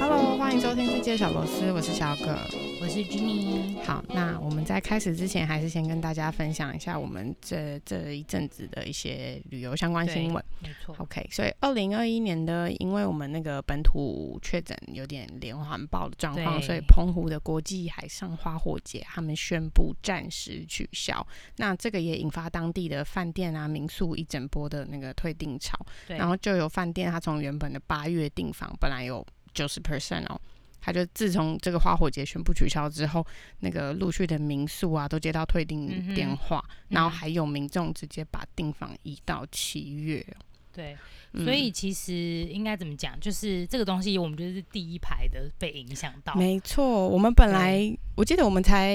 Hello，欢迎收听《世界小螺丝》，我是小可。我是 Jenny。好，那我们在开始之前，还是先跟大家分享一下我们这这一阵子的一些旅游相关新闻。没错， OK，所以二零二一年的，因为我们那个本土确诊有点连环爆的状况，对所以澎湖的国际海上花火节他们宣布暂时取消。那这个也引发当地的饭店啊、民宿一整波的那个退订潮。对，然后就有饭店，它从原本的八月订房，本来有九十 percent 哦，它就自从这个花火节宣布取消之后，那个陆续的民宿啊都接到退嗯订哼电话，然后嗯还有民众直接把订房移到七月哦。对，嗯所以其实应该怎么讲，就是这个东西我们就是第一排的被影响到。没错，我们本来我记得我们才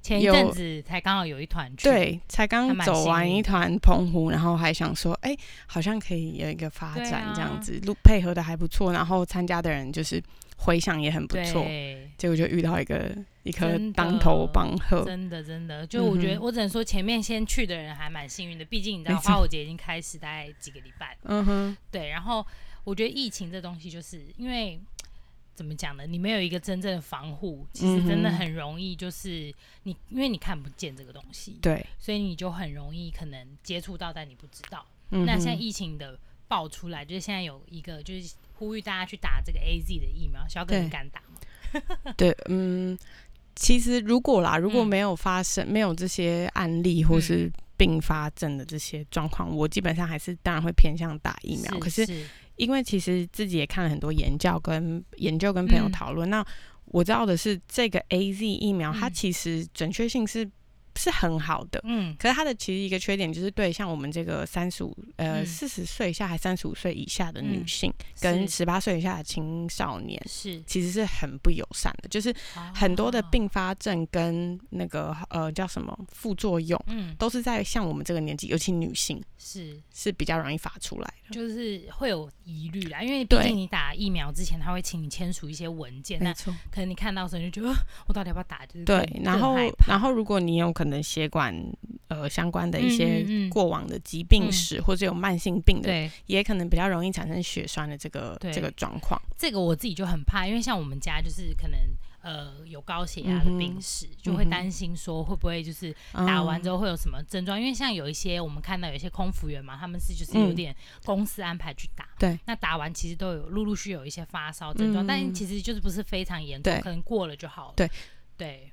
前一有阵子才刚好有一团去，对才还刚蛮走完幸一运团澎湖，然后还想说，哎、好像可以有一个发对展这样啊子，路、配合的还不错，然后参加的人就是回响也很不对，错。呃结果就遇到一个一颗真的当头棒喝，真的真的，就我觉得、嗯哼我只能说前面先去的人还蛮幸运的，毕竟你知没道错花火节已经开始大概几个礼拜，嗯哼，对，然后我觉得疫情这东西就是因为。怎么讲呢？你没有一个真正的防护，其实真的嗯哼很容易，就是你、因为你看不见这个东西，对，所以你就很容易可能接触到，但你不知道。嗯哼那现在疫情的爆出来，就是现在有一个就是呼吁大家去打这个 A Z 的疫苗，小可对你敢打吗？对，嗯，其实如果啦，如果嗯没有发生、没有这些案例或是并发症的这些状况，我基本上还是当然会偏向打疫苗。可是是因为其实自己也看了很多研究跟研究跟朋友嗯讨论，那我知道的是这个 A Z 疫苗，它嗯其实准确性是是很好的，嗯，可是它的其实一个缺点就是对像我们这个三十五呃嗯四十岁以下还三十五岁以下的女嗯性，跟是十八岁以下的青少年。是其实是很不友善的，就是 很多的，哦并发症跟那个呃叫什么副作用，哦嗯，都是在像我们这个年纪，尤其女性是是比较容易发出来的。就是会有疑虑啦，因为毕对竟你打疫苗之前，他会请你签署一些文件，那错，可能你看到的时候你就觉得，呃我到底要不要打？就是对更。然后更害怕然后如果你有可能血管呃相关的一些嗯嗯嗯嗯过往的疾病史，或者有慢性病的，对也可能比较容易产生血栓的这个对这个状况。这个我自己就很怕，因为像我们家就是可能呃有高血压嗯的哼病史，就嗯会哼担心说会不会就是嗯嗯打完之后，后会有什么症状？因为像有一些我们看到有一些空服员嘛，他们是就是嗯有点公司安排去打，对那打完其实都有陆陆续有一些发烧症状，嗯但其实就是不是非常严重对，可能过了就好了。对对，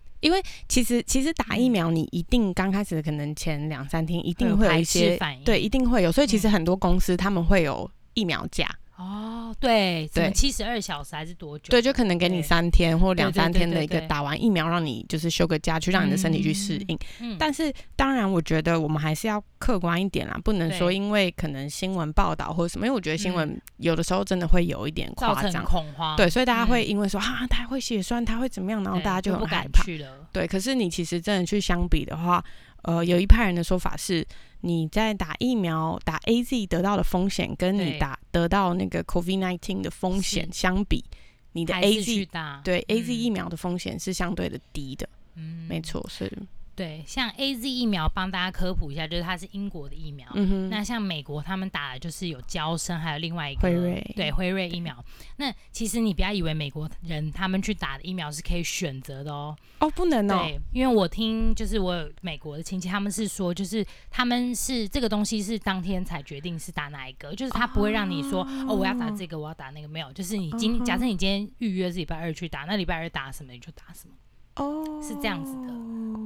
其实其实打疫嗯苗，你一定刚开始可能前两三天一一定会有排一斥些反应。对，一定会有。所以其实嗯很多公司他们会有疫苗假，哦，对，什么对七十二小时还是多久？对，就可能给你对三天或两对对三对天的对一个对打完疫苗，让你就是休个假，去让你的身体去适应。嗯，但是当然，我觉得我们还是要客观一点啦，不能说对因为可能新闻报道或者什么，因为我觉得新闻嗯有的时候真的会有一点造夸成张。恐慌，对，所以大家会嗯因为说、啊，他会血栓，他会怎么样，然后对，大家就不很害敢怕。去了。对，可是你其实真的去相比的话，呃，有一派人的说法是，你在打疫苗打 A Z 得到的风险，跟你对打得到那个 COVID nineteen 的风险是相比，你的还 A 是 Z 去打，对 A Z 嗯疫，苗的风险是相对的低的，嗯没，错，是，对，像 A Z 疫苗，帮大家科普一下，就是它是英国的疫苗，嗯哼，那像美国他们打的就是有胶生，还有另外一个辉瑞对辉瑞疫苗。那其实你不要以为美国人他们去打的疫苗是可以选择的哦。哦不能哦，对，因为我听就是我有美国的亲戚，他们是说就是他们是这个东西是当天才决定是打哪一个，就是他不会让你说哦我要打这个我要打那个，没有，就是你今、嗯哼假设你今天预约是礼拜二去打，那礼拜二打什么你就打什么。哦是这样子的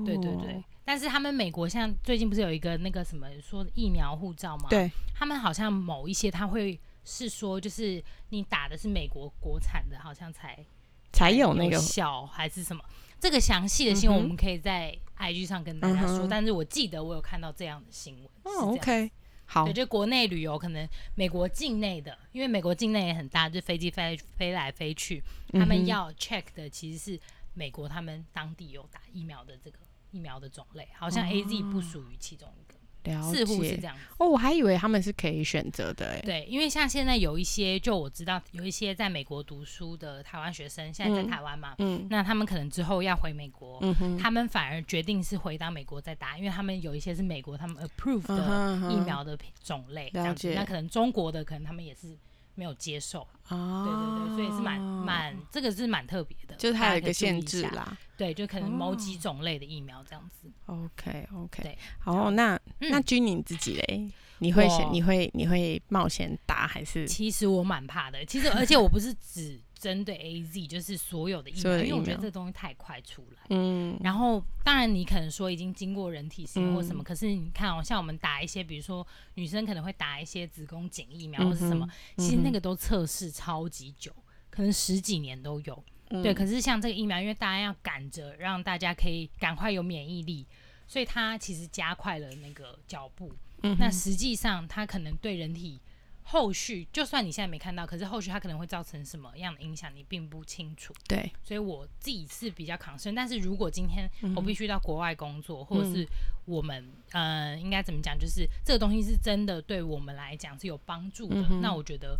对对对，但是他们美国像最近不是有一个那个什么说疫苗护照吗？对，他们好像某一些他会是说，就是你打的是美国国产的，好像才才有那个效还是什么。这个详细的新闻嗯哼我们可以在 IG 上跟大家嗯说，哼但是我记得我有看到这样的新闻。是哦这样，OK，好对，，就国内旅游可能美国境内的，因为美国境内也很大，就飞机飞飞来飞去，他嗯哼们要 check 的其实是美国他们当地有打疫苗的这个疫苗的种类，好像 A Z 不属于其中一个。哦了似乎是解这。样子。哦，我还以为他们是可以选择的欸诶。对，因为像现在有一些，就我知道有一些在美国读书的台湾学生，现在在嗯台湾嘛，嗯那他们可能之后要回美国，嗯哼，他们反而决定是回到美国再打，因为他们有一些是美国他们 approve 嗯的哼嗯哼疫苗的品种类，这样子了。解那可能中国的可能他们也是没有接受，对啊，对对，所以是蛮，蛮这个是蛮特别的，就是大它家有一可以个限注意制一下，啦。对，就可能某哦几种类的疫苗这样子。 OK OK，对好，那嗯那君你自己嘞，你会我选你会你会冒险打还是其实我蛮怕的，其实而且我不是只针对 A Z，就是所有的疫所苗，有的因为我疫觉得苗这东西太快出来。嗯然后，当然你可能说已经经过人体实验或什嗯么，可是你看哦，像我们打一些，比如说女生可能会打一些子宫颈疫苗嗯或是什么，哼其实嗯那哼个都测试超级久，可能十几年都有。对，嗯可是像这个疫苗，因为大家要赶着让大家可以赶快有免疫力，所以它其实加快了那个脚步。嗯那哼实际上它可能对人体后续，就算你现在没看到，可是后续它可能会造成什么样的影响，你并不清楚。对所以我自己是比较抗生，但是如果今天我必须到国外工作，或者嗯是我们呃应该怎么讲，就是这个东西是真的对我们来讲是有帮助的，嗯哼那我觉得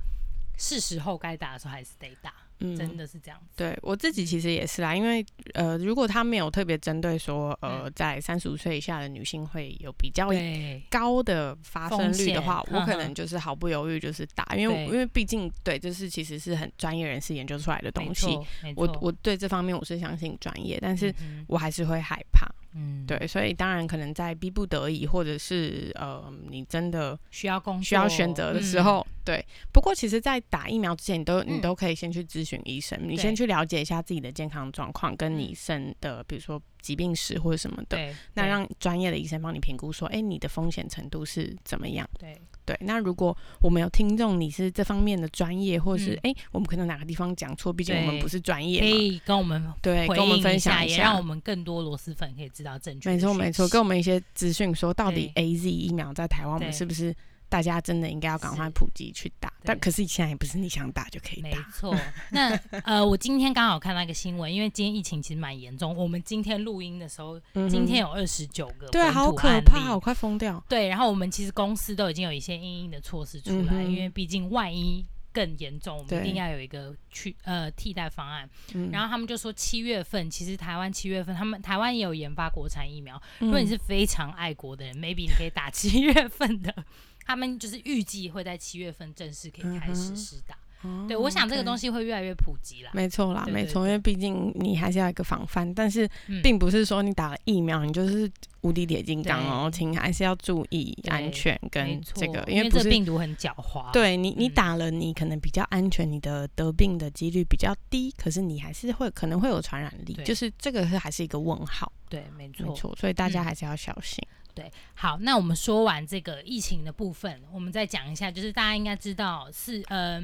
是时候该打的时候还是得打，嗯真的是这样子。对我自己其实也是啦，因为呃，如果他没有特别针对说呃，在三十五岁以下的女性会有比较嗯对，高的发生率的话风，险我可嗯能哼就是毫不犹豫就是打，因为对因为毕竟对，这是其实是很专业人士研究出来的没东西。错，没我错我对这方面我是相信专业，但是嗯哼我还是会害怕。嗯，对，所以当然可能在逼不得已，或者是呃，你真的需要工作需要选择的时，候，对。不过其实，在打疫苗之前，你都你嗯都可以先去咨询医生，你对先去了解一下自己的健康状况，跟嗯你生的比如说疾病史或者什么嗯的，对，那对让专业的医生帮你评估说，哎，你的风险程度是怎么样？对对。那如果我们有听众你是这方面的专业，或者是嗯哎、诶我们可能哪个地方讲错，毕竟我们对不是专业可嘛，以跟我们对，回哎跟我们应分一享下，一也下，让我们更多螺蛳粉可以知道正确的没讯错，息。没错，给我们一些资讯，说到底 A Z 疫苗在台湾，我对们是不是大家真的应该要赶快是普及去打？但对可是现在也不是你想打就可以没打，错，那呃，我今天刚好看到一个新闻，因为今天疫情其实蛮严重。我们今天录音的时候，嗯哼今天有二十九个对啊，本土好可案怕，例我快疯掉。对，然后我们其实公司都已经有一些应应的措施出来，嗯哼因为毕竟万一更严重，我们对一定要有一个去呃替代方案。嗯，然后他们就说七月份，其实台湾七月份，他们台湾也有研发国产疫苗。如如果你是非常爱国的人，maybe 你可以打七月份的。他们就是预计会在七月份正式可以开始嗯哼施打。对，我想这个东西。西会越来越普及啦。没错啦，对对没错，对因为毕竟你还是要一个防范，但是嗯并不是说你打了疫苗你就是无敌铁金刚哦，对请还是要注意对安全没跟错这个，因为不这个是病毒很狡猾。，对你，你嗯打了，你可能比较安全，你的得病的几率比较低，可是你还是会可能会有传染力对，就是这个是还是一个问号，对，没没错。错，所以大家嗯还是要小心。好，那我们说完这个疫情的部分，我们再讲一下，就是大家应该知道是呃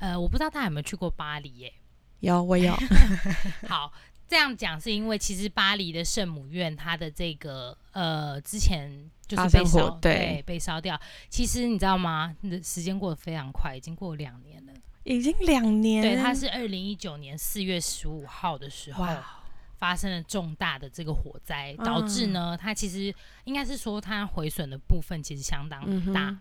呃，我不知道大家有没有去过巴黎耶、有，我有，嗯好，这样讲是因为其实巴黎的圣母院它的这个呃之前。就是发被生烧火，对被烧掉。其实你知道吗？那时间过得非常快，已经过了两年了。 已经两年，对，它是二零一九年四月十五号的时候，哇，发生了重大的这个火灾，嗯导致呢，它其实应该是说它毁损的部分其实相当嗯哼大。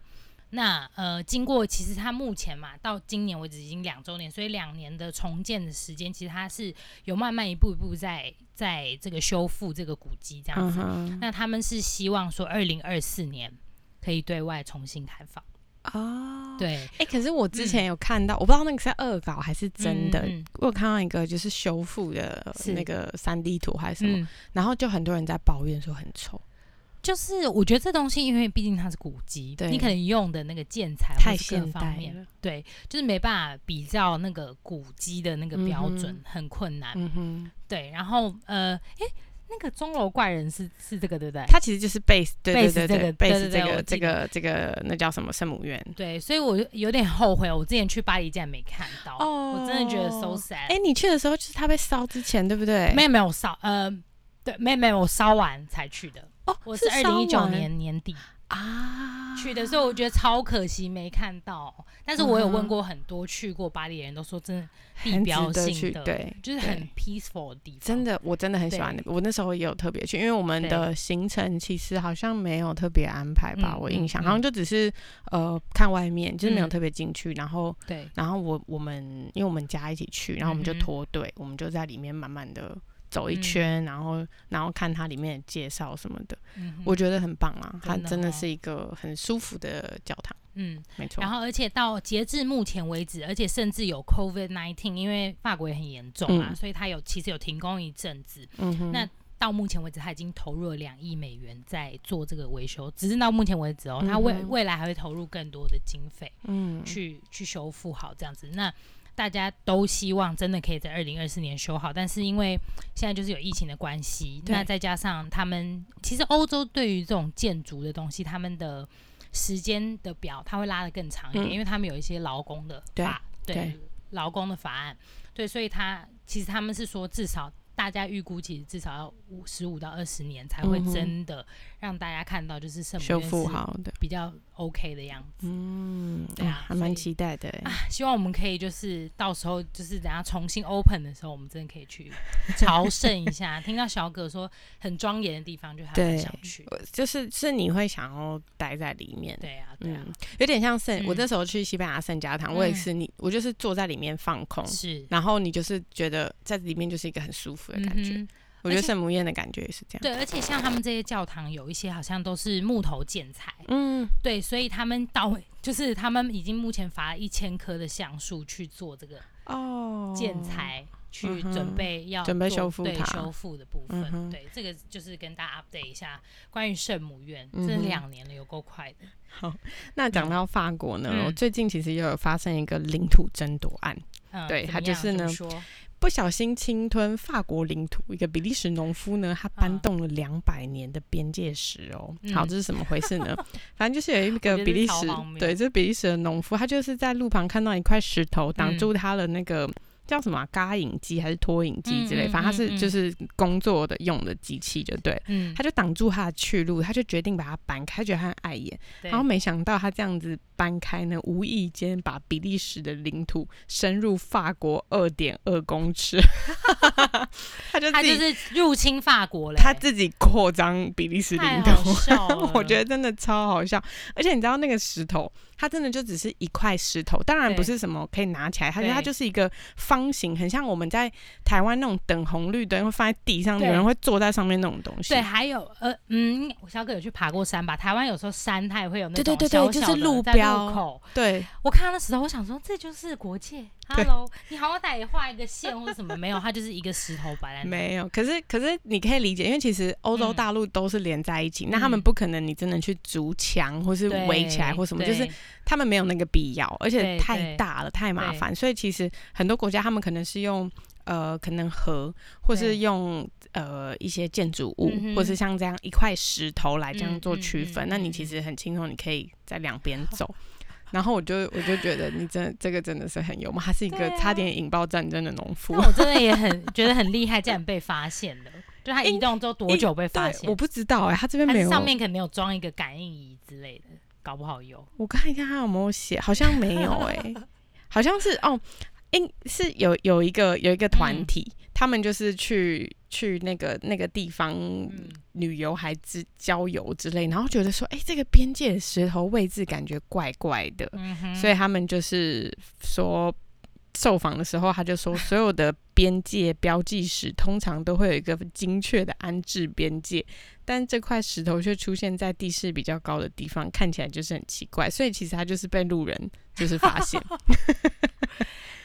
那呃，经过其实它目前嘛，到今年为止已经两周年，所以两年的重建的时间，其实它是有慢慢一步一步在在这个修复这个古迹这样嗯子。哼，那他们是希望说，二零二四年可以对外重新开放。哦，。对，哎、可是我之前有看到，我不知道那个是恶搞还是真的。嗯我有看到一个就是修复的是那个三 D 图还是什么，嗯，嗯然后就很多人在抱怨说很丑，就是我觉得这东西，因为毕竟它是古迹，对你可能用的那个建材或太是各现方代面，了。对，就是没办法比较那个古迹的那个标准，嗯很困难。嗯哼，对，然后呃，诶，那个钟楼怪人是是这个对不对？它其实就是 base 对对 Base 对这个对对对 base 对这我个记这个这个那叫什么圣母院？对，所以我就有点后悔，我之前去巴黎竟然没看到，哦我真的觉得 so sad。哎、你去的时候就是它被烧之前，对不对？没有没有我烧，呃，对，没有没有，我烧完才去的。哦，我是二烧零一九完年年底，啊，去的，所以我觉得超可惜没看到。嗯但是我有问过很多去过巴黎的人，都说真的地很值标得性去，的，对，就是对很 peaceful 的地方。真的，的，我真的很喜欢那边。我那时候也有特别去，因为我们对的行程其实好像没有特别安排吧，嗯我印象、嗯好像就只是呃看外面，就是没有嗯特别进去。然后，对，然后我我们因为我们家一起去，然后我们就嗯哼脱队，我们就在里面慢慢的走一嗯圈，然后然后看它里面的介绍什么的，嗯哼我觉得很棒啦。它真的真的哦是一个很舒服的教堂，嗯，没错然。后而且到截至目前为止，而且甚至有 COVID nineteen，因为法国也很严重啊，嗯所以它有其实有停工一阵子。嗯哼，那到目前为止，它已经投入了两亿美元在做这个维修，只是到目前为止哦，它未嗯哼未来还会投入更多的经费。嗯去去修复好这样子。那大家都希望真的可以在二零二四年修好，但是因为现在就是有疫情的关系，对那再加上他们其实欧洲对于这种建筑的东西，他们的时间的表它会拉得更长一点，嗯因为他们有一些劳工的法，对对劳工的法案，对，所以他其实他们是说至少。大家预估其实至少要五十五到二十年才会嗯哼真的让大家看到，就是圣母修院复是好的，比较 OK 的样子。嗯，对啊还所蛮以啊期待的欸。希望我们可以就是到时候就是等下重新 open 的时候，我们真的可以去朝圣一下。听到小葛说很庄严的地方，就还蛮对想去。就是是你会想要待在里面，对啊，对啊，嗯，有点像圣、我嗯那时候去西班牙圣家堂，我也嗯是你，我就是坐在里面放空，是然后你就是觉得在里面就是一个很舒服的感觉。嗯哼我觉得而且圣母院的感觉也是这样。对，而且像他们这些教堂，有一些好像都是木头建材，嗯，对，所以他们到就是他们已经目前罚了一千棵的橡树去做这个哦，建，材，去嗯哼准备要准备做修复对它修复的部嗯分。哼对，这个就是跟大家 update 一下关于圣母院，嗯这哼两年了，有够快的。那讲到法国呢，嗯我最近其实也有发生一个领土争夺案，嗯对怎他么就样是怎么呢说不小心侵吞法国领土，一个比利时农夫呢，他搬嗯动了两百年的边界石哦。嗯好，这是怎么回事呢？ 反正就是有一 我觉个得比利这超时荒，谬对，就是比利时的农夫，他就是在路旁看到一块石头挡嗯住他的那个。叫什么啊、嘎影机还是拖影机之类，嗯嗯反正它嗯是嗯就是工作的用的机器，就对了。嗯他就挡住他的去路，他就决定把它搬开，他觉得他很碍眼。对然后没想到他这样子搬开呢，无意间把比利时的领土深入法国二点二公 尺，他就他自就己是入侵法国嘞，他自己扩张比利时太领好土。，笑了 我觉得真的超好笑，而且你知道那个石头，它真的就只是一块石头，当然对不是什么可以拿起来，它对它就是一个方形，很像我们在台湾那种等红绿灯会放在地上，有对人会坐在上面那种东西。对，还有呃嗯，小葛有去爬过山吧？台湾有时候山它也会有那对种对对小对就小是的路在路标口。对，我看到的时候，我想说这就是国界对，Hello，你好歹也画一个线或者什么，没有，它就是一个石头摆在那。没有，可是可是你可以理解，因为其实欧洲嗯大陆都是连在一起，那他们嗯不可能你真的去筑墙或是对围起来或什么，对就是他们没有那个必要，而对且对太大了，太麻烦，所以其实很多国家他们可能是用。呃，可能河，或对是用呃一些建筑物，嗯哼或是像这样一块石头来这样做嗯嗯区分。嗯那嗯你其实很轻松，你可以在两边 走。然后我就我就觉得你真这个真的是很幽默，他是一对个啊差点引爆战争的农夫那。我真的也很觉得很厉害，竟然被发现了。就它应移动之后多应久被发对，现我？不知道哎、他这边它没是有。上面可能有装一个感应仪之类的，搞不好有。我看一下他有没有写，好像没有哎、 好像是哦，应是有有一个有一个嗯团体，他们就是去去那个那个地方嗯，旅游还之郊游之类，然后觉得说，哎、这个边界的石头位置感觉怪怪的，嗯哼所以他们就是说。受访的时候，他就说，所有的边界标记石通常都会有一个精确的安置边界，但这块石头却出现在地势比较高的地方，看起来就是很奇怪。所以其实他就是被路人就是发 现，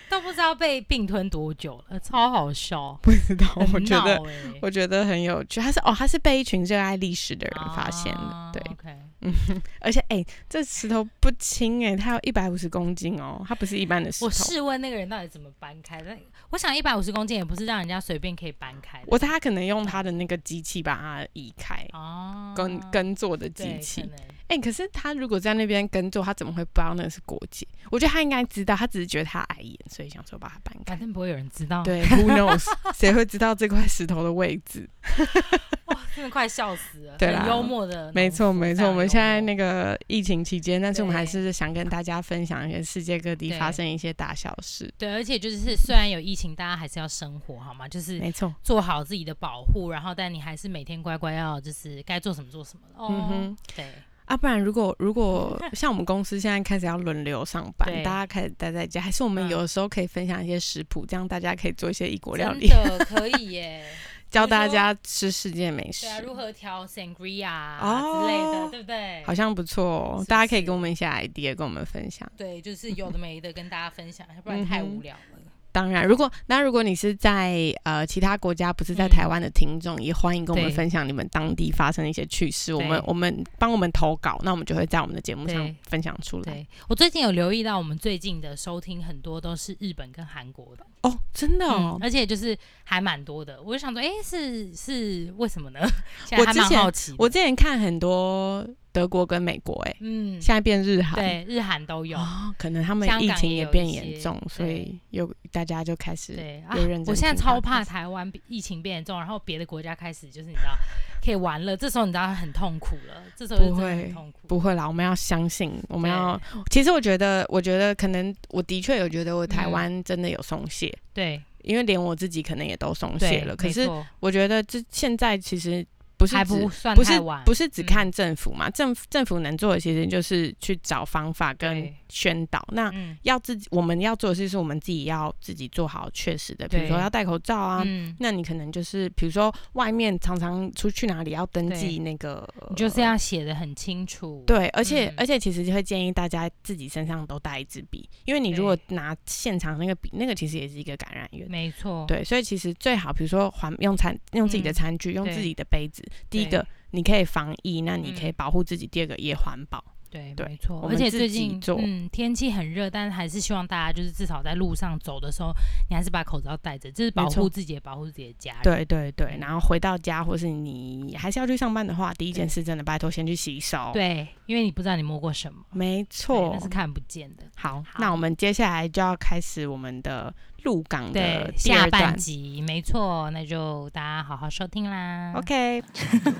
都不知道被并吞多久嗯了，超 好笑。不知道，我很觉得闹欸我觉得很有趣。他是哦，他是被一群热爱历史的人发现的，啊对。 ，OK，而且哎、这石头不轻哎、它有一百五十公斤哦，它不是一般的石头。我试问那个人到底怎么搬开，但我想一百五十公斤也不是让人家随便可以搬开的。我猜他可能用他的那个机器把它移开，哦，耕耕作的机对器可。能哎、可是他如果在那边耕作，他怎么会不知道那个是国籍？我觉得他应该知道，他只是觉得他碍眼，所以想说把它搬开反。正不会有人知道。，对，Who knows？谁会知道这块石头的位置？ 真的快笑死了。对啦很幽默的农夫，没错，没非错。常我们现在幽默那个疫情期间，但是我们还对是想跟大家分享一些世界各地对发生一些大小事。对，而且就是虽然有疫情，大家还是要生活，好吗？就是没错，做好自己的保护，然后但你还是每天乖乖要就是该做什么做什么哦。嗯哼。对，啊，不然如果如 果像我们公司现在开始要轮流上班，对大家开始待在家，还是我们嗯有的时候可以分享一些食谱，这样大家可以做一些异国料真理，的可 以耶。教比如大说家吃世界美食对，啊，如何调 sangria 哦啊之类的，对不对？好像不错哦。是大家可以是给我们一些 idea，跟我们分享。对，就是有的没的跟大家分享，要不然太无聊嗯了。当然，如果那如果你是在呃其他国家，不嗯是在台湾的听众，也欢迎跟我们对分享你们当地发生的一些趣事。我对们我们帮我们投稿，那我们就会在我们的节目上对分享出来。对我最近有留意到，我们最近的收听很多都是日本跟韩国的，哦，真的嗯哦，，而且就是还蛮多的。我就想说，哎，是是为 什么呢？现我在还之蛮前好奇的。我之前看很多德国跟美国、哎、嗯，现在变日韩。对，日韩都有。哦，可能他们香港疫情也也有一变些严重，所对以又大家就开始对啊又认真、，我现在超怕。台湾疫情变严重，然后别的国家开始就是你知道可以玩了，这时候你知道很痛苦了，这时候就不真的会很痛苦。不会啦，我们要相信，我我们要。其实我觉得，我觉得可能我的确有觉得我台湾真的有松懈，对因为连我自己可能也都松对懈了。可没是错我觉得这现在其实不是还只不算不太是晚，不是只嗯看政府嘛，政府政府能做的其实就是去找方法跟对宣导。那嗯要自己我们要做的事是我们自己要自己做好确实的，比如对说要戴口罩啊。嗯，那你可能就是，比如说外面常常出去哪里要登对记那个，你就是要写的很清楚。呃对，而且、嗯而且其实就会建议大家自己身上都带一支笔，因为你如果拿现场那个笔，那个其实也是一个感染源。没错，对，所以其实最好，比如说环用餐用自己的嗯餐具，用自对己的杯子。第一个，你可以防疫，那你可以嗯保护自己；第二个，也环保。对对没错我。而们且自最己近做嗯天气很热，但还是希望大家就是至少在路上走的时候，你还是把口罩戴着，这是保错护自己，也保护自己的家人。对对对。嗯然后回到家，或是你还是要去上班的话，第一件对事真的拜托先去洗手。，对，因为你不知道你摸过什么，没对错那。是看不见的。好，好那我们接下来就要开始我们的入港的对，第二下半段。集没错，那就大家好好收听啦。 OK，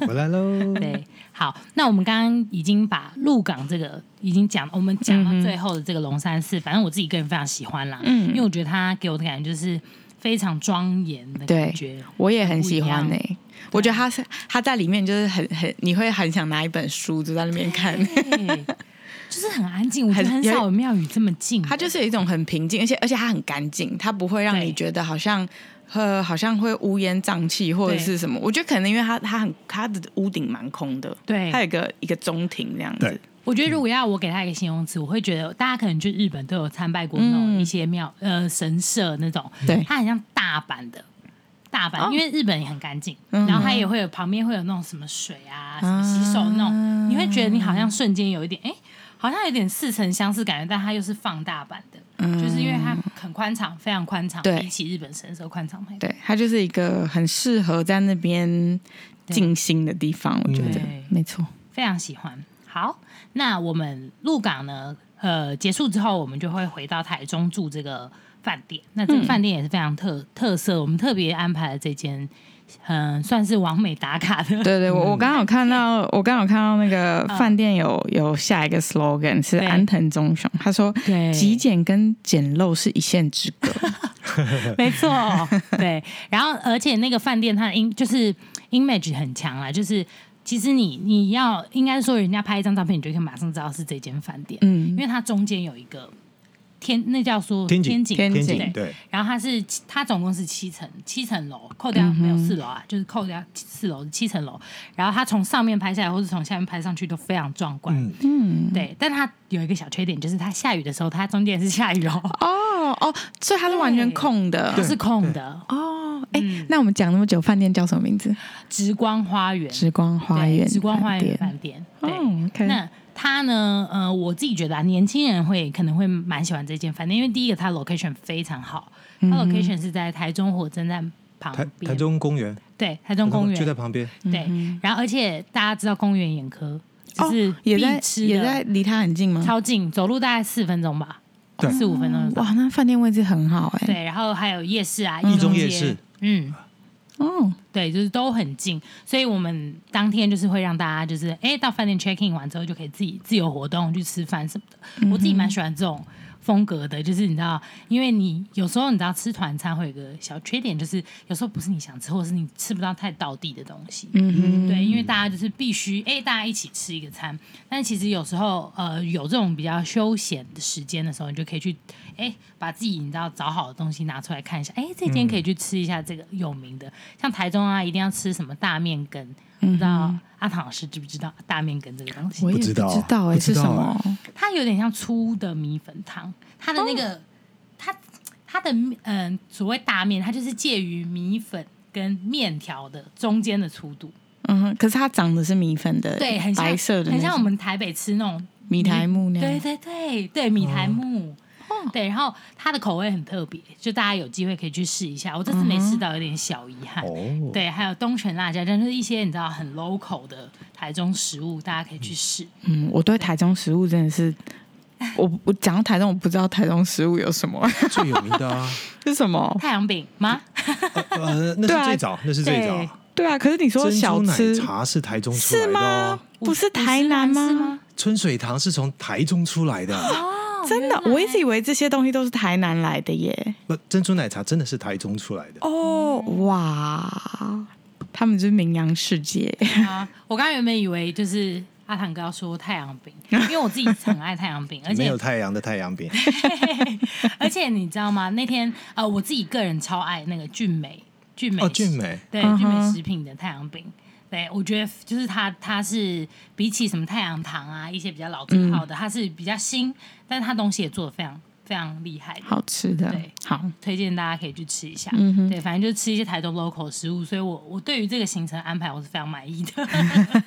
回来喽。对，好，那我们刚刚已经把鹿港这个已经讲，我们讲到嗯哼最后的这个龙山寺，反正我自己个人非常喜欢啦，嗯因为我觉得它给我的感觉就是非常庄严的对感觉，我也很喜欢不呢、一我觉得他是他在里面就是很很，你会很想拿一本书就在那边看。嗯对，就是很安静，我觉很得很有少有庙宇这么静的，它就是有一种很平静，而且而且它很干净，它不会让对你觉得好像呃好像会乌烟瘴气或者对是什么。我觉得可能因为它它很它的屋顶蛮空的，对它有一个一个中庭这样子对。我觉得如果要我给他一个形容词，我会觉得大家可能去日本都有参拜过那种一些庙、呃神社那种，对它很像大阪的大阪，哦因为日本也很干净，嗯然后它也会有旁边会有那种什么水啊、什么洗手那种，你会觉得你好像瞬间有一点哎。诶好像有点似曾相识感觉，但它又是放大版的，就是因为它很宽敞，非常宽敞，嗯对比起日本神社宽敞太多。对，它就是一个很适合在那边对静心的地方，我觉得对没错。非常喜欢。好，那我们鹿港呢，呃，结束之后，我们就会回到台中住这个饭店。那嗯这个饭店也是非常特、特色，我们特别安排了这间，嗯、算是完美打卡的。 对对，我我刚好看到，我刚好看到那个饭店有有下一个 slogan 是对安藤忠雄，他说对极简跟简陋是一线之隔。没错，对。然后，呃而且那个饭店它的 im 就是 image 很强啦，就是其实你你要应该说人家拍一张照片，你就可以马上知道是这间饭店，因 嗯，为它中间有一个哦天，那叫做天井井天天井井对，然后它是它总共是七层，七层楼，扣掉没有四楼啊，就是扣掉四楼七层楼。然后它从上面拍下来，或是从下面拍上去都非常壮观。嗯，对，但它有一个小缺点，就是它下雨的时候，它中间是下雨哦，哦哦，所以它是完全空的 它。是空的。哦，哎，那我们讲那么久，饭店叫什么名字？直光花园，时光花对园饭店，直光花园饭店。对，哦，OK，那它呢？呃，我自己觉得啊，年轻人会可能会蛮喜欢这间饭店，因为第一个它 location 非常好，它嗯 location 是在台中火车站旁台边，台中公园，对台中公园就在旁边，对，然后而且大家知道公园眼科就是嗯哦也在必吃也的在离它很近吗？超近，走路大概四分钟吧，对四五分钟就到。哇，那饭店位置很好哎、对，然后还有夜市啊，嗯一中中夜街市，嗯，哦，对，就是都很近，所以我们当天就是会让大家就是，哎、到饭店 check in 完之后就可以自己自由活动去吃饭什么的。我自己蛮喜欢这种风格的，就是你知道，因为你有时候你知道吃团餐会有个小缺点，就是有时候不是你想吃，或者是你吃不到太道地的东西。嗯对，因为大家就是必须哎、大家一起吃一个餐。但其实有时候呃，有这种比较休闲的时间的时候，你就可以去哎、把自己你知道找好的东西拿出来看一下。哎、这间可嗯以去吃一下这个有名的，像台中啊，一定要吃什么大面羹，不知道阿唐老师知不知道大面羹这个东西嗯我？也不知道知道哎、不是知道什么？它有点像粗的米粉汤，它的那个、哦它它的嗯、所谓大面，它就是介于米粉跟面条的中间的粗度。嗯哼，可是它长的是米粉 的，对，很像白色的那种，很像我们台北吃那种米苔木那样。对对对对，米苔木。哦对，然后它的口味很特别，就大家有机会可以去试一下。我这次没吃到，有点小遗憾。哦，对，还有东泉辣椒酱，就是一些你知道很 local 的台中食物，大家可以去试。嗯，我对台中食物真的是，我我讲到台中，我不知道台中食物有什么 最有名 的啊，是什么。太阳饼吗？呃呃，对那啊是最早，那是最对早。对啊，可是你说珍小珠奶吃茶是台中出来是的吗哦，？不是台南五十吗？？春水堂是从台中出来的，哦真的，我一直以为这些东西都是台南来的耶。不，珍珠奶茶真的是台中出来的。哦，哇，他们就是名扬世界。 啊！ 我刚原本以为就是阿唐哥要说太阳 饼，因为我自己很爱太阳饼，而没且有太阳的太阳饼，而且你知道吗？那天呃，我自己个人超爱那个俊美，俊 美哦，俊美，对嗯哼聚美食品的太阳饼。对，我觉得就是它，它是比起什么太阳糖啊，一些比较老字号嗯的，它是比较新，但是它东西也做的非常非常厉害的，好吃的对，好，推荐大家可以去吃一下。嗯哼对，反正就是吃一些台东 local 食物，所以我我对于这个行程安排我是非常满意的，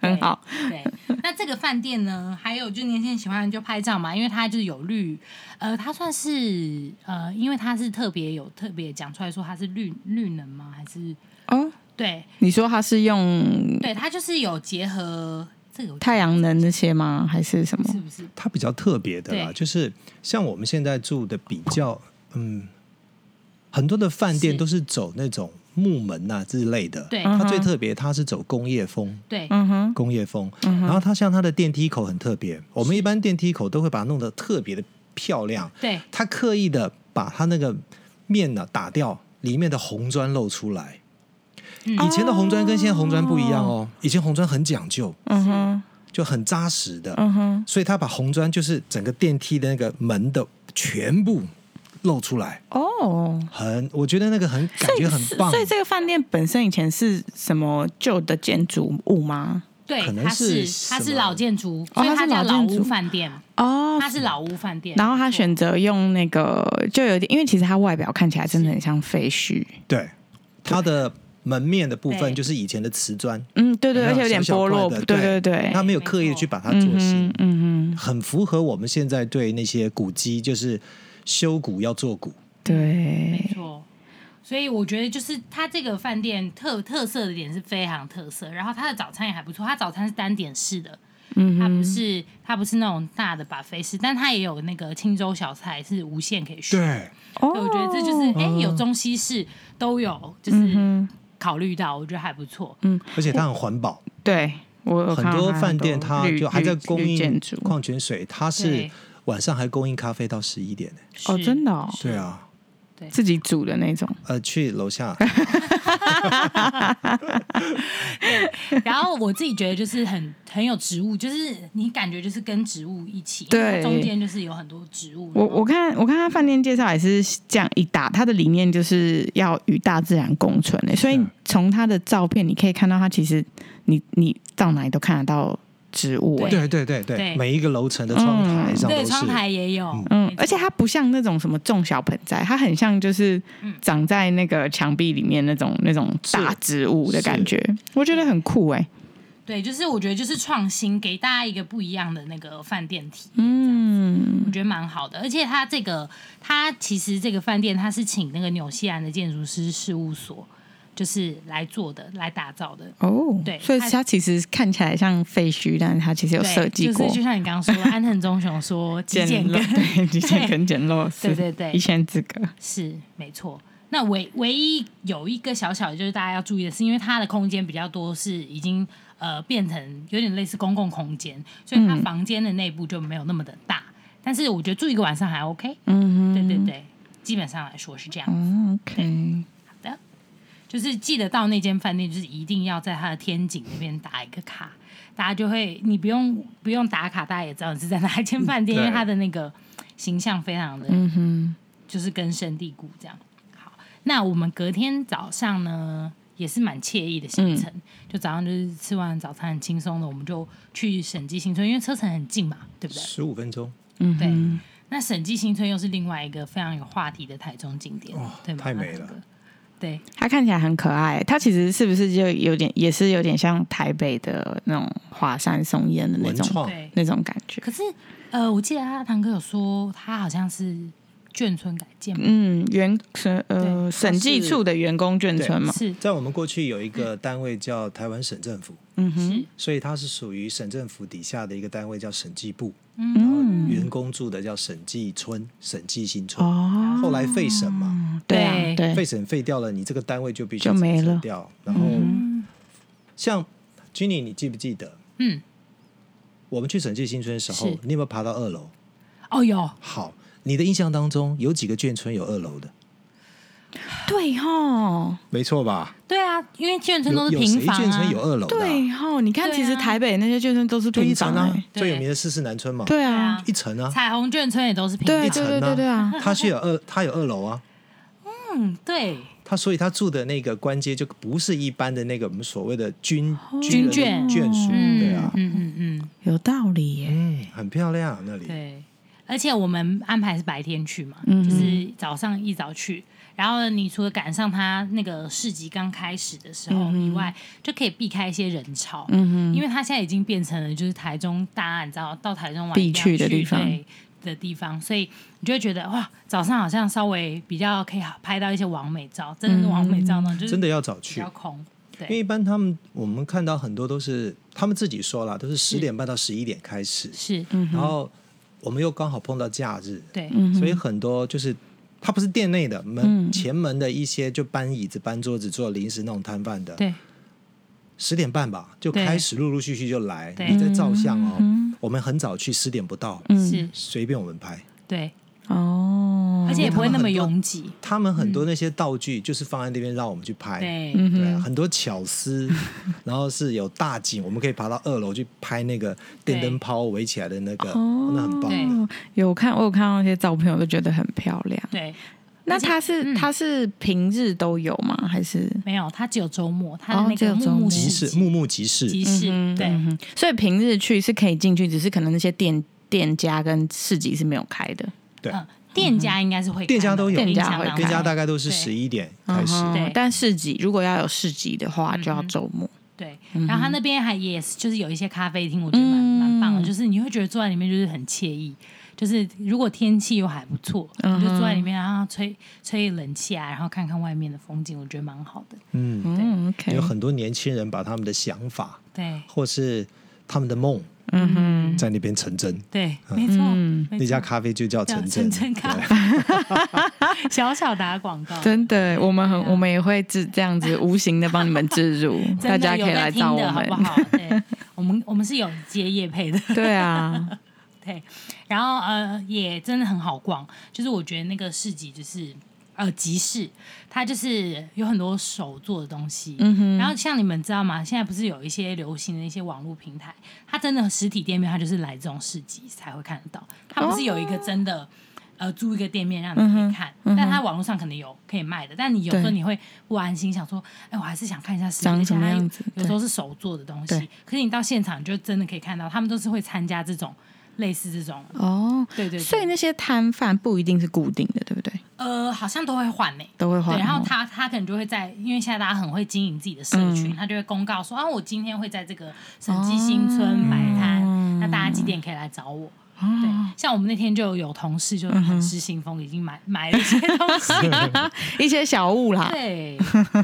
很好。对，那这个饭店呢，还有就年轻人喜欢就拍照嘛，因为它就是有绿，呃，它算是呃，因为它是特别有特别讲出来说它是绿绿能吗？还是哦，对你说它是用对，它就是有结合这个太阳能那些吗？还是什么？是不是？它比较特别的啦，对就是像我们现在住的比较，嗯，很多的饭店是都是走那种木门呐、之类的。对嗯它最特别，它是走工业风。对，嗯哼，工业风，然后它像它的电梯口很特别，我们一般电梯口都会把它弄得特别的漂亮，对，它刻意的把它那个面呢、打掉，里面的红砖露出来。嗯以前的红砖跟现在红砖不一样哦，以前红砖很讲究，嗯哼，就很扎实的，嗯哼。所以他把红砖就是整个电梯的那个门的全部露出来，哦，很我觉得那个很感所以觉很棒所。以这个饭店本身以前是什么旧的建筑物吗？对可，能它是它什是么老建筑，哦所以它它是叫老老建屋筑饭店，哦它是老屋饭店。然后他没错选择用那个，就有点，因为其实它外表看起来真的很像废墟。对，它的门面的部分对就是以前的瓷砖，嗯，对对，然而且后有点小小剥落块，的对对对对。他没有刻意的去把它做新嗯，嗯，很符合我们现在对那些古迹就是修古要做古。对没，错。所以我觉得就是它这个饭店特特色的点是非常特色，然后它的早餐也还不错，它早餐是单点式的，嗯它不是它不是那种大的把菲式，但它也有那个青州小菜是无限可以选。对，哦对，我嗯觉得这就是哎、有中西式都有，就是考虑到，我觉得还不错。嗯而且它很环保，对我有很看到多它饭店它绿就还绿在供绿应建筑矿泉水，它是对晚上还供应咖啡到十一点呢。哦，是真的哦，对啊，自己煮的那种，呃，去楼下然后我自己觉得就是很很有植物，就是你感觉就是跟植物一起，对因为它中间就是有很多植物。我我看我看他饭店介绍也是这样一打，他的理念就是要与大自然共存的，所以是从他的照片你可以看到，他其实你你到哪里都看得到植物哎、对对对对对，对每一个楼层的窗台上都是。对窗台也有，嗯没，错而且它不像那种什么种小盆栽，它很像就是长在那个墙壁里面那种那种大植物的感觉，我觉得很酷哎、对，就是我觉得就是创新，给大家一个不一样的那个饭店体验，嗯我觉得蛮好的。而且它这个，它其实这个饭店它是请那个纽西兰的建筑师事务所。就是来做的，来打造的。哦，对所以它它其实看起来像废墟，但是它其实有对设计就过是就像你刚刚说，安藤忠雄 说极简陋跟，对，极简跟简陋是对对对一线之隔。是没错。那唯唯一有一个小小的，就是大家要注意的是，因为它的空间比较多，是已经呃变成有点类似公共空间，所以它嗯房间的内部就没有那么的大。但是我觉得住一个晚上还 OK，、嗯哼，对对对，基本上来说是这样。嗯，OK，就是记得到那间饭店，就是一定要在它的天井那边打一个卡，大家就会你不用不用打卡，大家也知道你是在哪一间饭店，对因为它的那个形象非常的嗯哼，就是根深蒂固这样。好，那我们隔天早上呢，也是蛮惬意的行嗯程，就早上就是吃完早餐很轻松的，我们就去审计新村，因为车程很近嘛，对不对？十五分钟嗯对哼，那审计新村又是另外一个非常有话题的台中景点，哦对吗？太美那了个对，它看起来很可爱。它其实是不是就有点，也是有点像台北的那种华山松烟的那文种创对那种感觉？可是呃，我记得他堂哥有说，他好像是眷村改建嘛，嗯，员审对呃审计是处的员工眷村嗯嘛，是在我们过去有一个单位叫台湾省政府，嗯是哼，，所以它是属于省政府底下的一个单位叫审计部，然后嗯，员工住的叫审计村、审计新村。哦，后来废省嘛，对啊，对废对，省废掉了，你这个单位就必须就没拆了掉。然后嗯像 Jenny，你记不记得嗯，我们去审计新村的时候是，你有没有爬到二楼？哦有好，你的印象当中有几个眷村有二楼的？对吼，没错吧？对啊，因为眷村都有是有平谁房眷啊村，有二楼的啊、对吼，你看，对啊其实台北那些眷村都是就一平层房啊欸，对最有名的四四南村嘛，对对啊啊，一层啊，彩虹眷村也都是平对一房，层对啊对对对啊，它是有二，它有二楼啊，嗯对，他所以他住的那个官阶就不是一般的那个我们所谓的军军眷眷眷属，嗯对啊，嗯嗯嗯有道理耶。嗯，很漂亮那里，对，而且我们安排是白天去嘛，嗯哼就是早上一早去。然后你除了赶上他那个市集刚开始的时候以外，就可以避开一些人潮，嗯因为它现在已经变成了就是台中大家你知道到台中玩必一定要去的地方对的地方，所以你就会觉得哇，早上好像稍微比较可以拍到一些完美照，真的是完美照嗯呢，就是真的要早比去较，空，因为对，一般他们我们看到很多都是他们自己说啦，都是十点半到十一点开始，是，然后我们又刚好碰到假日，对，嗯所以很多就是。它不是店内的嗯门前门的一些就搬椅子、搬桌子做临时那种摊贩的，对，十点半吧就对开始陆陆续续就来，对嗯你在照相哦。我们很早去，十点不到，嗯是，随便我们拍。对，哦，而且也不会那么因为他拥挤，他们很多那些道具就是放在那边让我们去嗯拍，嗯对，对啊，很多 巧思，然后是有大景，我们可以爬到二楼去拍那个电灯泡围起来的那个，哦那很棒对的。有看我有看到那些照片，我都觉得很漂亮。对，那而且它是嗯它是平日都有吗？还是没有，它只有周末，它的哦那只个有木周木末集市市集木木集市，集市，对，嗯哼，所以平日去是可以进去，只是可能那些店店家跟市集是没有开的。对嗯，店家应该是会，店家都有店家会店家大概概都是对十一点开始。嗯哼对嗯但市集如果要有市集的话，就要周末。对，然后它那边还也是就是有一些咖啡厅，我觉得蛮嗯蛮棒的，就是你会觉得坐在里面就是很惬意。就是如果天气又还不错，嗯你就坐在里面，然后吹吹冷气啊，然后看看外面的风景，我觉得蛮好的。嗯，嗯，OK，有很多年轻人把他们的想法对或是他们的梦嗯哼，在那边成真。对，没错，嗯没那家错咖啡就叫叫成陈真，真咖对啡， 小小打广告，真的，我们很我们也会自这样子无形的帮你们置入，啊 嗯真大的家可有以在来听找我的好们不。好？对，我们我们是有接业配的， 对啊，对，然后呃也真的很好逛，就是我觉得那个市集就是呃集市，它就是有很多手做的东西。嗯哼，然后像你们知道吗？现在不是有一些流行的一些网络平台，它真的实体店面，它就是来这种市集才会看得到。它不是有一个真的、呃租一个店面让你可以看，嗯但它网络上可能有可以卖的，但你有时候对你会不安心，想说，哎，我还是想看一下实体长店什么样子有时候是手做的东西对，可是你到现场你就真的可以看到，他们都是会参加这种类似这种，哦，对对对，所以那些摊贩不一定是固定的，对不对？呃好像都会换呢、都会对，换。然后哦他他可能就会在，因为现在大家很会经营自己的社群，嗯他就会公哦告说啊，我今天会在这个审计新村摆摊，那大家几点可以来找我？对，像我们那天就有同事就很失心疯，已经买 买了一些东 西。一些小物啦，对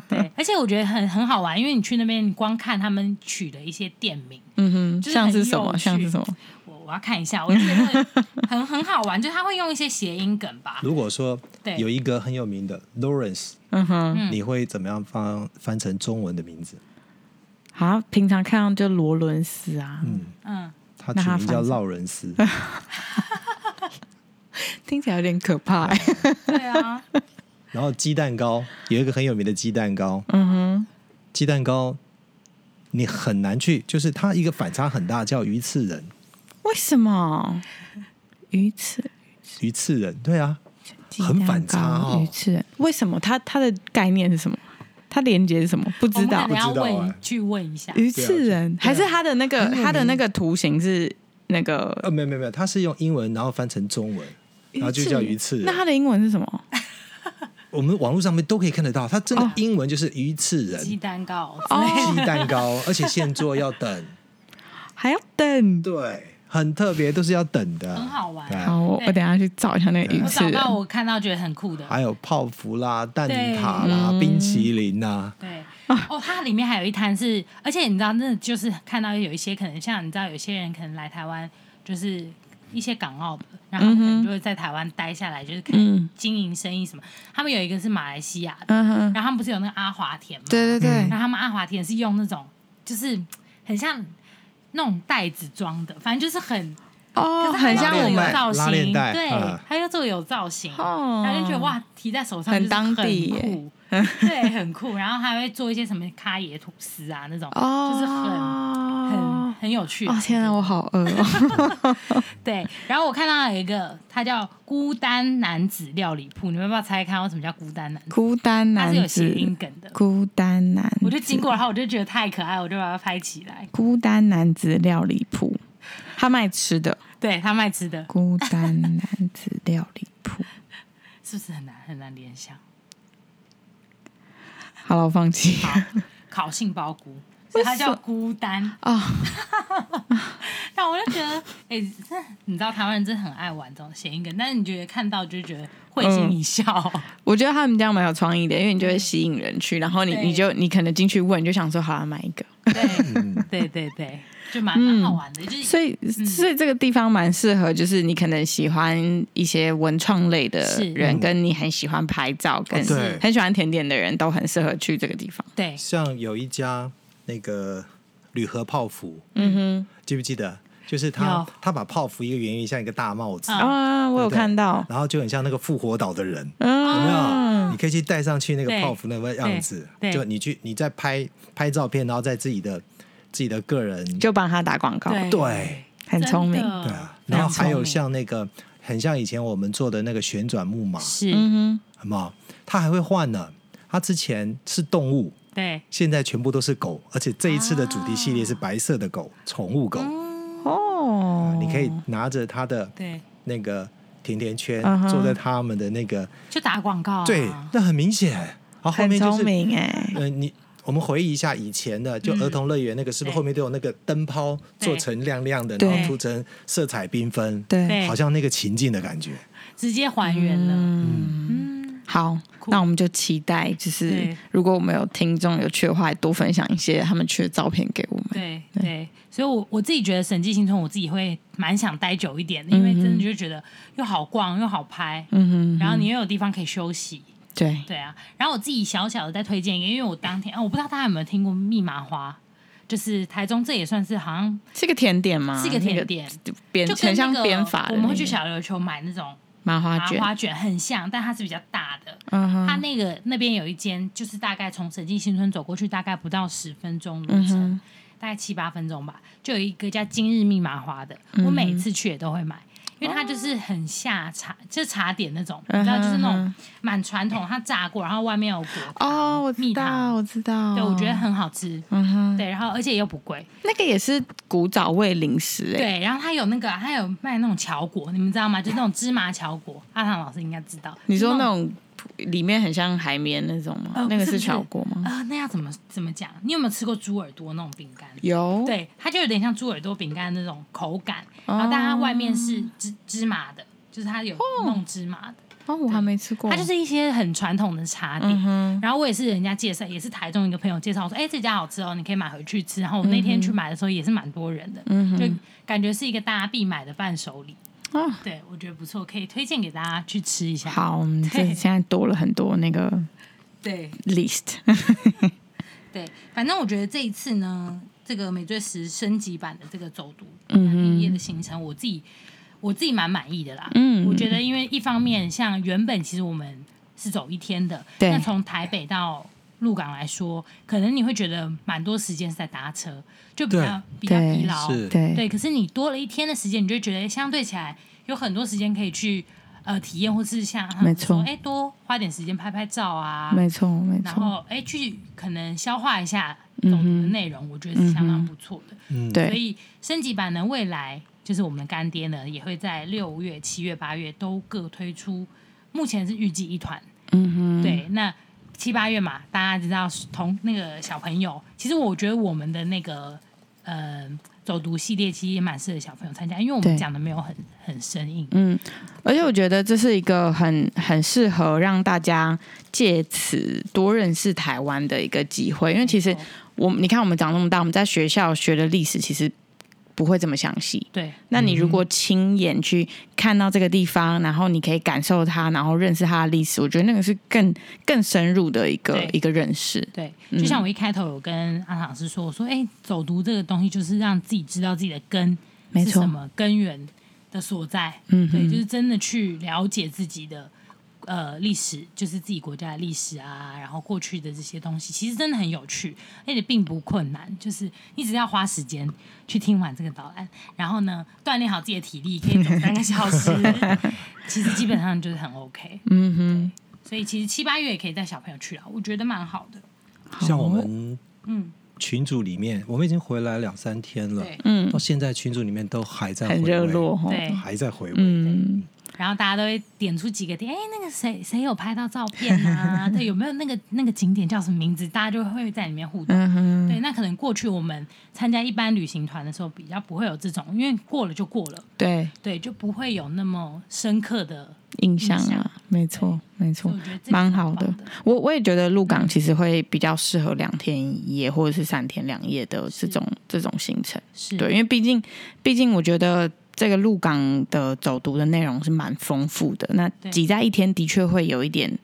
对，而且我觉得很很好玩，因为你去那边，你光看他们取的一些店名，嗯哼，就是像很是什么，有像趣是什么，我我要看一下，我觉得很很很好玩，就是他会用一些谐音梗吧。如果说对有一个很有名的 Lawrence，嗯哼，嗯你会怎么样翻翻成中文的名字？好，平常看到就罗伦斯啊，嗯，嗯，他那取他名翻叫成劳伦斯，听起来有点可怕欸，对啊，然后鸡 蛋糕有一个很有名的鸡蛋糕，嗯哼，鸡蛋糕你很难去，就是它一个反差很大，叫鱼刺人，为什么？鱼翅，鱼刺人，对啊，鸡很蛋反差糕哦鱼翅，为什么？它它的概念是什么？它连接是什么？不哦我知们道可能。要不知道问、哎去问一下。鱼刺人啊还是它的那个很有名它的那个图形是那呃，个没有没有没有，它是用英文然后翻成中文，然后就叫鱼刺那它人。的英文是 什么？我们网络上面都可以看得到，它真的哦英文就是鱼刺人、鸡蛋糕之类哦鸡蛋糕，而且现做要等，还要等。对，很特别，都是要等的，很好玩对啊好，哦我对我等一下去找一下那个鱼我刺找人到。我看到觉得很酷的。还有泡芙啦、蛋挞啦、冰淇淋啊啦，对，哦，它里面还有一摊是，而且你知道，那就是看到有一些可能像你知道，有些人可能来台湾就是一些港澳的，然后他嗯们可能就会在台湾待下来，就是可能经营生意什么。他们有一个是马来西亚的，嗯哼，然后他们不是有那个阿华田吗？对对对嗯然，后他们阿华田是用那种就是很像那种袋子装的，反正就是很哦，可是它很像又我有们造拉链型，带对嗯，它又做有造型，哦然后就觉得哇，提在手上很就是当地很酷，对，很酷。然后还会做一些什么咖椰吐司啊那种，哦，就是很很很有趣。哦，天啊，我好饿哦！ 对，然后我看到有一个，它叫孤单男子料理铺，你们要不要猜看我什么叫孤单男子？孤单它是有男谐子，音梗的。孤单男子，我就经过，然后我就觉得太可爱，我就把它拍起来。孤单男子料理铺，他卖吃的，对他卖吃的，孤单男子料理铺。是不是很难很难联想？ 好了，我放弃烤杏鲍菇，所以它叫孤单。啊！ 但我就觉得，哎、这你知道台湾人真的很爱玩这种谐音梗，但是你觉得看到就觉得会心一笑。我觉得他们这样蛮有创意的，因为你就会吸引人去，然后你对你就你可能进去问，你就想说好了买一个，对对对对，就蛮蛮好玩的，就是嗯所以所以这个地方蛮适合，就是你可能喜欢一些文创类的是人，跟你很喜欢拍照，跟对很喜欢甜点的人都很适合去这个地方。对像有一家那个铝盒泡芙，嗯记不记得？就是他有嗯他把泡芙一个圆圆像一个大帽子，哼，啊，我有对不对看到，然后就很像那个复活岛的人，有没嗯，有？你可以去戴上去那个对泡芙那个样子，对对就你去你在拍拍照片，然后在自己的自己的个人就帮他打广告，对对很聪明真。的对啊，非常然后还有聪明像那个很像以前我们做的那个旋转木马，是、嗯好不好？它还会换呢，它之前是动物。对现在全部都是狗，而且这一次的主题系列是白色的狗，宠物狗。哼，哦，你可以拿着它的对，那个甜甜圈嗯哼坐在他们的那个，就打广告、啊，对，那很明显。然后后很面就聪是，明嗯哎，欸呃，你我们回忆一下以前的，就儿童乐园那个，是不是对后面都有那个灯泡做成亮亮的，对然后涂成色彩缤纷， 对，对好像那个情境的感觉。直接还原了，嗯，嗯，好，酷那我们就期待，就是对如果我们有听众有去的话，也多分享一些他们去的照片给我们。对对，所以我我自己觉得审计行程我自己会蛮想待久一点的，因为真的就觉得又好逛又好拍，嗯哼，然后你又有地方可以休息，对，对啊，然后我自己小小的再推荐一个，因为我当天、啊，我不知道大家有没有听过密码花，就是台中这也算是好像是个甜点吗？是一个甜点，啊那个编，就很跟那像个编法的那个，我们会去小琉球买那种麻花麻卷，花卷，很像，但它是比较大的。嗯它哼，那个那边有一间，就是大概从神经新村走过去，大概不到十分钟路嗯程，哼，大概七八分钟吧，就有一个叫今日密码花的，我嗯每次去也都会买，因为它就是很下茶，就是茶点那种，你知道，就是那哦嗯种蛮传统，它炸过，然后外面有果哦，我知蜜道，糖，我知道，对我觉得，很好吃，嗯哼，对，然后而且又不贵，那个也是古早味零食，哎，对，然后它有那个它有卖那种巧果，你们知道吗？就是那种芝麻巧果，阿唐老师应该知道，你说就那种里面很像海绵那种吗？呃那不个是不是巧果吗？啊、那要怎么怎么讲？你有没有吃过猪耳朵那种饼干？有，对，它就有点像猪耳朵饼干那种口感，然哦后但它外面是芝芝麻的，就是它有弄芝麻的，哦，我还没吃过。它就是一些很传统的茶点。嗯哼，然后我也是人家介绍，也是台中一个朋友介绍我说，哎、这家好吃哦，你可以买回去吃。然后我那天去买的时候也是蛮多人的，嗯就哼，感觉是一个大家必买的伴手礼。哦，对，我觉得不错，可以推荐给大家去吃一下。，好，我们这对现在多了很多那个对 list。对，反正我觉得这一次呢，这个美最时升级版的这个走读嗯哼毕业的行程，我自己我自己蛮满意的啦。嗯我觉得因为一方面像原本其实我们是走一天的，对那从台北到鹿港来说，可能你会觉得蛮多时间是在搭车，就比较比较对疲劳。是对对，可是你多了一天的时间，你就会觉得哎相对起来有很多时间可以去呃体验，或是像他没们错说，哎，多花点时间拍拍照啊， 没错没然错，后哎去可能消化一下嗯走读的内容，我觉得是相当不错的。嗯，所对，以升级版呢，未来就是我们的干爹呢，也会在六月、七月、八月都各推出，目前是预计一团。嗯哼，对，那七八月嘛，大家知道同那个小朋友，其实我觉得我们的那个呃走读系列其实也蛮适合小朋友参加，因为我对们讲的没有很很生硬。嗯，而且我觉得这是一个很很适合让大家借此多认识台湾的一个机会，因为嗯其实没错我你看我们长那么大，我们在学校学的历史其实不会这么详细。对那你如果亲眼去看到这个地方，然后你可以感受它，然后认识它的历史，我觉得那个是更更深入的一个对一个认识。对，嗯就像我一开头有跟阿唐师说，我说哎、走读这个东西就是让自己知道自己的根没是什错，么根源的所在。嗯对，就哼，是真的去了解自己的呃历史，就是自己国家的历史啊，然后过去的这些东西，其实真的很有趣，而且并不困难，就是你只要花时间去听完这个导览，然后呢锻炼好自己的体力，可以走三个小 时，其实基本上就是很 OK。嗯哼，所以其实七八月也可以带小朋友去啊，我觉得蛮好的。像我们嗯，群组里面，我们已经回来两三天了，对，嗯到，现在群组里面都还在很回热味络，哈，对还在回味。嗯，然后大家都会点出几个点，哎，那个谁谁有拍到照片啊？对，有没有那个那个景点叫什么名字？大家就会在里面互动。嗯哼，对，那可能过去我们参加一般旅行团的时候，比较不会有这种，因为过了就过了，对，对，就不会有那么深刻的。印象印象嗯啊，没错，没错所以我，觉得这个蛮蛮好棒的的。我我也觉得鹿港其实会比较适合两天一夜或者是三天两夜的这种这种行程，是，对，因为毕竟毕竟我觉得。这个鹿港的走读的内容是蛮丰富的，那对挤在一天的确会有一点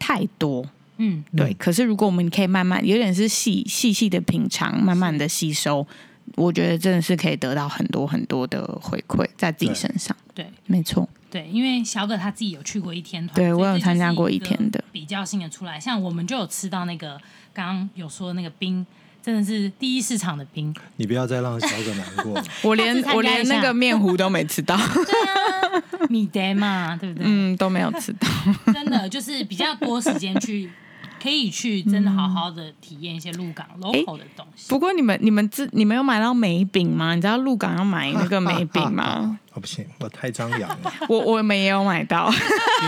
太多，嗯，对。可是如果我们可以慢慢，有点是细细细的品尝，慢慢的吸收，我觉得真的是可以得到很多很多的回馈在自己对身上，对没错，对，因为小葛他自己有去过一天团，所对以我这有就是参加过一一天的个比较性的出来，像我们就有吃到那个刚刚有说那个冰，真的是第一市场的冰，你不要再让小葛难 过了。我连下次参加我连一下那个面糊都没吃到，米德嘛，对不对？嗯，都没有吃到。 真的就是比较多时间去，可以去真的好好的体验一些鹿港嗯 local 的东西。不过你们你们自你们有买到梅饼吗？你知道鹿港要买那个梅饼吗？哦，不行，我太张扬了，我我们也有买到因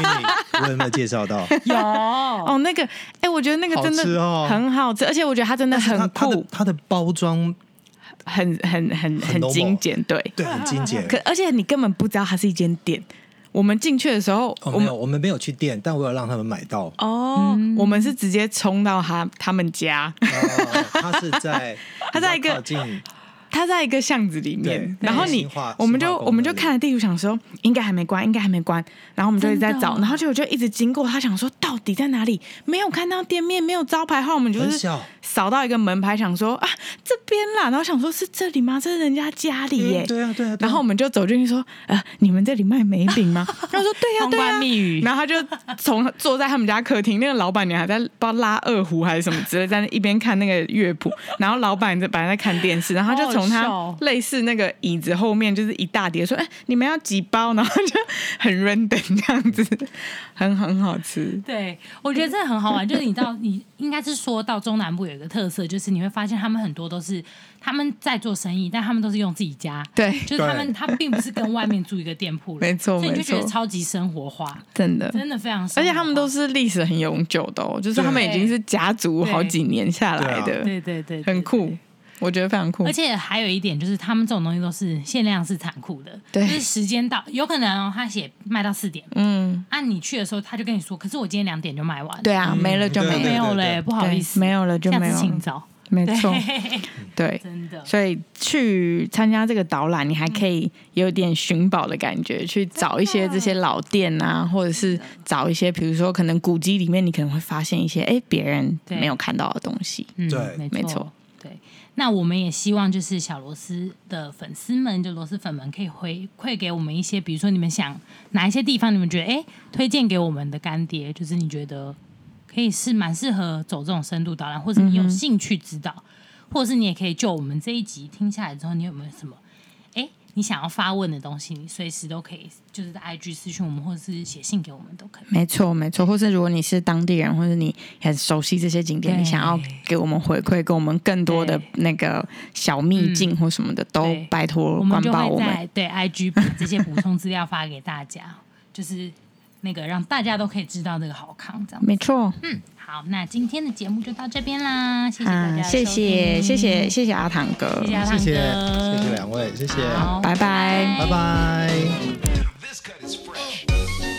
为 你我有没有介绍到？有哦，那个哎，我觉得那个真好吃的哦很好吃，而且我觉得它真的它很它的酷，它的包装很很很很 normal 精简，对。对很精简。可而且你根本不知道它是一间店。我们进去的时候，哦，我没们，有，我们没有去店，但我有让他们买到。哦哦，我们是直接冲到他他们家，它呃是 在它在一个比较靠近他在一个巷子里面，对然后新你化我们就新化宫我们就那里看了地图，想说应该还没关，应该还没关，然后我们就一直在真的找，哦然后就就一直经过，他想说到底在哪里？没有看到店面，没有招牌后，我们就很是小扫到一个门牌，想说啊这边啦，然后想说是这里吗？这是人家家里耶。嗯对啊对啊对啊然后我们就走进去说，呃，你们这里卖梅饼吗？ 然后说对呀、通对呀、关密语然后他就从坐在他们家客厅，那个老板娘还在不知道拉二胡还是什么之类，在那一边看那个乐 谱，然后老板在本来在看电视，然后他就从好好他笑哦类似那个椅子后面就是一大叠，说：“哎、你们要几包？”然后就很 random 这样子，很很好吃。对，我觉得这很好玩，就是你到你应该是说到中南部有一个特色，就是你会发现他们很多都是他们在做生意，但他们都是用自己家，对，就是他们对他并不是跟外面租一个店铺了，没错所以你就没觉得错，超级生活化，真的。真的非常生活化，而且他们都是历史很悠久的哦，就是他们已经是家族好几年下来对的，对对对，对很。酷，我觉得非常酷而。且还有一点就是，他们这种东西都是限量是残酷的，对就是时间到，有可能、哦、他写卖到四点，嗯，啊，你去的时候他就跟你说，可是我今天两点就卖完，对啊，嗯没了就对没就了，没有对对嘞，对不好意思，对没有了就下没次有请了，早，没对，错，对。真的，所以去参加这个导览，你还可以有点寻宝的感觉，去找一些这些老店啊，或者是找一些，比如说可能古迹里面，你可能会发现一些哎别人对没有看到的东西。嗯，对没没错错，对。那我们也希望就是小螺丝的粉丝们，就螺丝粉们可以回馈给我们一些，比如说你们想哪一些地方，你们觉得哎、诶推荐给我们的干爹，就是你觉得可以是蛮适合走这种深度导览，或者你有兴趣知道，或者是你也可以就我们这一集听下来之后，你有没有什么哎、诶你想要发问的东西，你随时都可以，就是在 IG 私讯我们，或者是写信给我们都可以。没错，没错。或是如果你是当地人，或者你很熟悉这些景点，对你想要给我们回馈，给我们更多的那个小秘境或什么的，都对拜托我关们就爆会我们。在嗯对 IG 把这些补充资料发给大家，就是那个让大家都可以知道这个好康这样。没错，嗯，好，那今天的节目就到这边啦，嗯谢谢大啊，家、谢谢，谢，谢，谢谢阿唐哥，谢谢阿汤谢哥，谢谢嗯谢两位，谢谢，好，拜拜拜拜。 This cut is fresh.